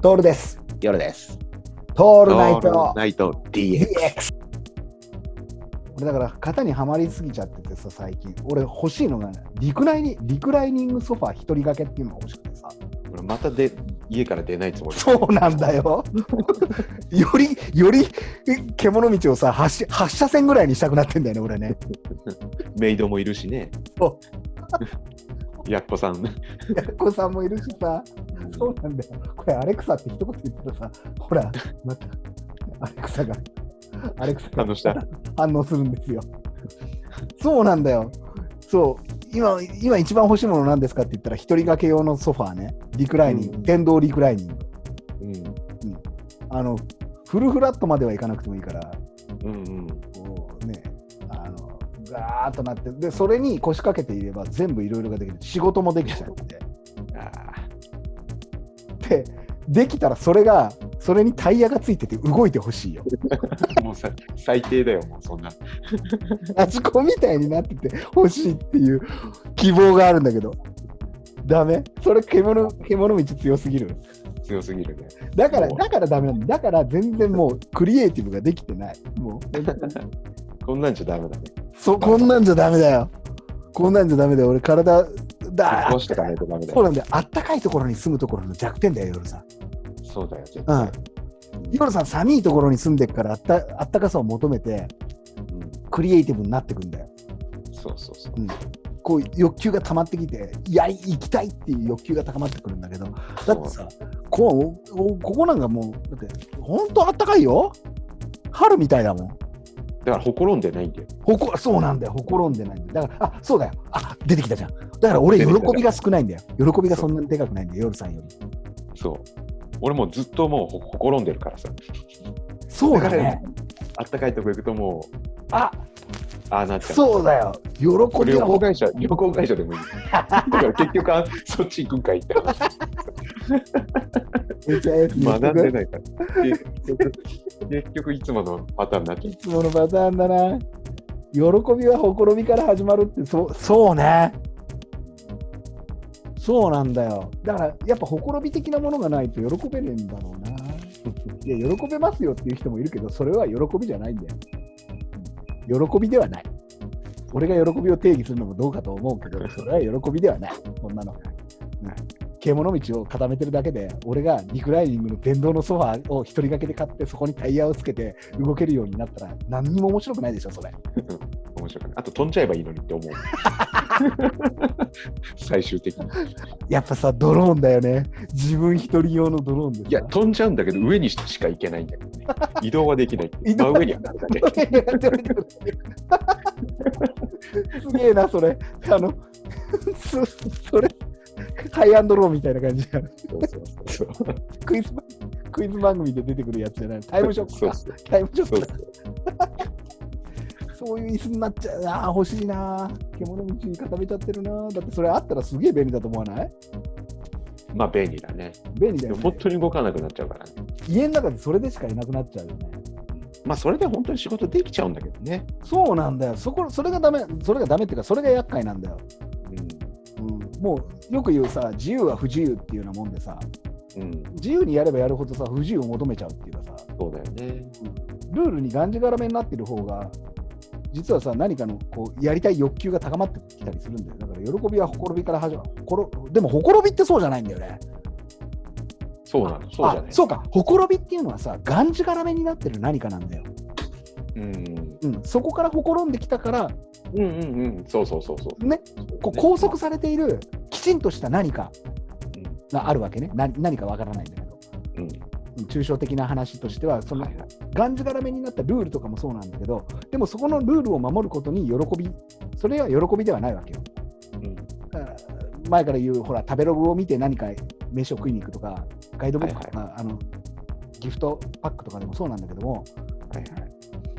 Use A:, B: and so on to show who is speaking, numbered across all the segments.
A: トールです。
B: 夜です。
A: トー
B: 夜
A: ルナイト
B: ナイト DX。
A: DX。俺だから型にはまりすぎちゃっててさ、最近。俺欲しいのがね、リクライニリクライニングソファ一人掛けっていうのが欲しくてさ。
B: 俺またで家から出ないつもり。
A: そうなんだ よ。より、よりえ獣道をさ発し、発射線ぐらいにしたくなってんだよね、俺ね。
B: メイドもいるしね。
A: そ
B: やっこさん。
A: やっこさんもいるしさ。そうなんだよ。これ、アレクサって一言言ったらさ、ほら、また、アレクサが、アレクサが
B: 反応した。
A: 反応するんですよ。そうなんだよ。そう、今、今一番欲しいものなんですかって言ったら、一人掛け用のソファーね、リクライニング、
B: うん
A: 電動リクライニング。
B: うん。
A: あの、フルフラットまではいかなくてもいいから、
B: うんうん。
A: こうね、あの、ガーッとなって、で、それに腰掛けていれば全部いろいろができる。仕事もできちゃって。
B: ああ。
A: で、できたらそれが、それにタイヤがついてて動いてほしいよ。
B: もうさ最低だよもうそんな。
A: ラジコンみたいになってて欲しいっていう希望があるんだけど。ダメそれ獣、獣道強すぎる。
B: 強すぎるね。
A: だから、
B: もう
A: だからダメなんだ。だから全然もうクリエイティブができてない。もう、
B: こんなんじゃダメだね。
A: そ、こんなんじゃダメだよ。こんなんじゃダメだよ。俺体、だ
B: こうしてかないとダメだ
A: そう
B: よ。
A: なんだよ。あったかいところに住むところの弱点だよ、夜さん。
B: そうだよ絶
A: う
B: 対
A: ん。。夜さん、寒いところに住んでるからあった、あったかさを求めて、
B: うん
A: クリエイティブになってくんだよ。
B: そうそうそう。
A: こう欲求が溜まってきてやり行きたいっていう欲求が高まってくるんだけどだってさこうおここなんかもうだって本当あったかいよ春みたいだもん
B: だからほころんでないんだよ。
A: ほこそうなんだよほころんでないんだよだからあそうだよあ出てきたじゃんだから俺喜
B: 出てきた
A: びが少ないんだよ喜びがそんなにでかくないんだよ夜さんより
B: そう。俺もうずっともうほほころんでるからさ。
A: そうだね
B: あったかいとこ行くともう
A: あ
B: ああなっちゃう。
A: そうだよ喜
B: これ
A: び
B: 旅
A: が
B: 行会社、 旅行会社でもいい。だから結局あ、 そっち行くんかいって話。
A: HIS に
B: 学んでないから。結局、結局いつものパターンになっちゃう
A: い。つものパターンだな。喜びはほころびから始まるって、そうそうね。そうなんだよ。だから、やっぱほころび的なものがないと喜べるんだろうな。いや、喜べますよっていう人もいるけど、それは喜びじゃないんだよ。喜びではない。俺が喜びを定義するのもどうかと思うけど、それは喜びではない。こんなの。うん獣道を固めてるだけで、俺がリクライニングの電動のソファーを一人掛けで買って、そこにタイヤをつけて、動けるようになったら何にも面白くないでしょそれ
B: 面白くない。あと飛んじゃえばいいのにって思う。 最終的に。
A: やっぱさドローンだよね自分一人用のドローンでさ
B: いや、飛んじゃうんだけど、上にしか行けないんだけどね。移動はできないってい
A: 移
B: う。
A: 動
B: 真
A: は
B: 上にはなるだけ。
A: すげえなそれあのそそれハイアンドローみたいな感じが
B: そうそうそう。
A: クイズ番クイズ番組で出てくるやつじゃない タイムショック
B: そう
A: か
B: そう
A: タイムショ
B: そ
A: ッ
B: う
A: クだそういう椅子になっちゃうな欲しいな獣道固めちゃってるなだってそれあったらすげえ便利だと思わない
B: まあ、便利だね。
A: 便利だ
B: で
A: よ、
B: も
A: ね、
B: 本当に動かなくなっちゃうからね。
A: 家の中でそれでしかいなくなっちゃうよね
B: まあ、それで本当に仕事できちゃうんだけどね。
A: そうなんだよ。そこそれがダメ、それがダメっていうか、それが厄介なんだよ。うん、もうよく言うさ、自由は不自由っていうようなもんでさ、
B: うん。うん。
A: 自由にやればやるほどさ、不自由を求めちゃうっていうかさ、
B: そうだよね。
A: ルールにがんじがらめになってる方が、実はさ、何かのこうやりたい欲求が高まってきたりするんだよ。だから、喜びはほころびから始まる。ほころでも、ほころびってそうじゃないんだよね。
B: そうなの。そうじゃな
A: あ
B: い。
A: そうか、ほころびっていうのはさ、がんじがらめになってる何かなんだよ。
B: うん。
A: うん、そこからほころんできたから、
B: うんうんうん。そうそうそうそう。
A: ね、こう拘束されているきちんとした何かがあるわけね、な何かわからないんだけど、
B: うん。
A: うん抽象的な話としては、その
B: はいはい
A: がんじがらめになったルールとかもそうなんだけど、でもそこのルールを守ることに喜び、それは喜びではないわけよ。
B: うん
A: だから前から言う、ほら、食べログを見て何か飯を食いに行くとか、ガイドブックとか、あのギフトパックとかでもそうなんだけども、
B: はいはい。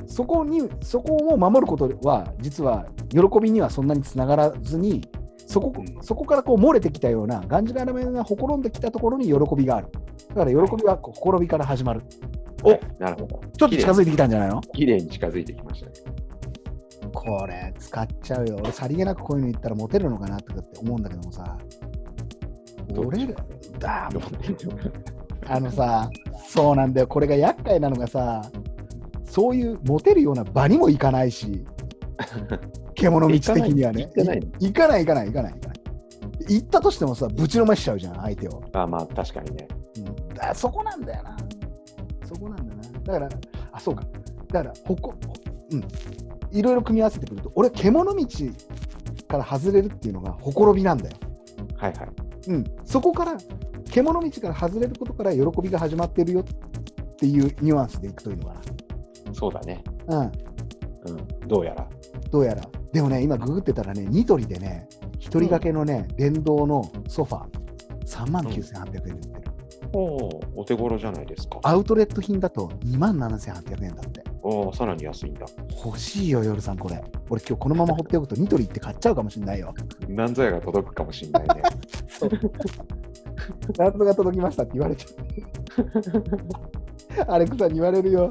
A: そこにそこを守ることは実は喜びにはそんなにつながらずにそこ
B: うん
A: そこからこう漏れてきたようながんじがらめなほころんできたところに喜びがあるだから喜びはほころびから始まるちお
B: なるほど。
A: ょっと近づいてきたんじゃないの
B: 綺麗に近づいてきましたね。
A: これ使っちゃうよ俺さりげなくこういうの言ったらモテるのかなとかって思うんだけどもさ
B: どうで
A: 俺
B: しょう
A: らだ
B: どうでしょう
A: あのさ、そうなんだよ、これが厄介なのがさ、そういうモテるような場にも行かないし、獣道的にはね。
B: 行かない
A: い行かない、行かない、行かない、行かない。行ったとしてもさ、ぶちのめしちゃうじゃん、相手を。
B: あまあ確かにね。
A: うん、だそこなんだよな。そこなんだな。だから、あ、そうか。だから、ここ、うん。いろいろ組み合わせてくると、俺、獣道から外れるっていうのが、ほころびなんだよ。
B: はいはい。
A: うん。そこから、獣道から外れることから、喜びが始まってるよっていうニュアンスでいくというのか
B: そうだね。
A: な。うん。
B: うん。どうやら。
A: どうやら。でもね、今、ググってたらね、ニトリでね、一人掛けのね、電動のソファー、3万9800円で売ってる。
B: おお、お手頃じゃないですか。
A: アウトレット品だと2万7800円だって。
B: おお、さらに安いんだ。
A: 欲しいよ、夜さん、これ。俺、今日このまま放っておくと、ニトリ行って買っちゃうかもしれないよ。
B: なんぞやが届くかもしれないね。
A: なんとか届きましたって 言われちゃう。アレクサに言われるよ。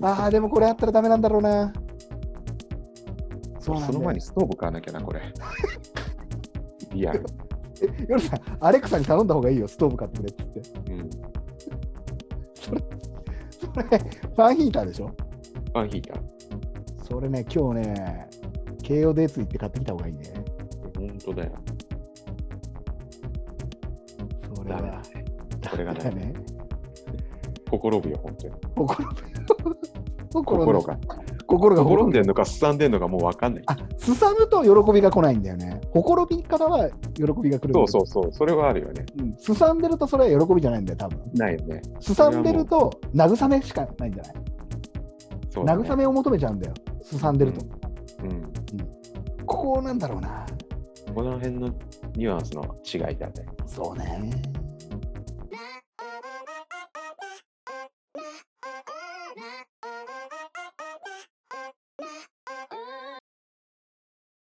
A: ああ、でもこれあったらダメなんだろうな。 そうなんだよ
B: の前にストーブ買わなきゃな、これ。 リアル。
A: え夜さん、アレクサに頼んだ方がいいよ、ストーブ買ってくれって言って。
B: うん。
A: それ、ファンヒーターでしょ
B: ファンヒーター。
A: それね、今日ね、京葉デーツ行って買ってきた方がいいね。
B: 本当だよ。
A: それ
B: ダメ
A: は
B: だ。ね。これが
A: だ
B: ダメ。
A: ね。
B: 心ぶよ、本当に。
A: 心が。
B: 心
A: 心が。
B: が。
A: 心が。
B: 心んでんのか、すさんでんのか、もうわかんない。
A: あすさむと喜びが来ないんだよね。ほころびからは喜びが来るんだけ
B: そ
A: ど
B: うそうそう、それはあるよね。
A: うんすさんでるとそれは喜びじゃないんだよ、多分
B: ないよね。
A: すさんでると慰めしかないんじゃない、
B: そうだね
A: 慰めを求めちゃうんだよ、すさんでると。
B: うん。
A: ここなんだろうな。
B: この辺のニュアンスの違いだね。
A: そうね。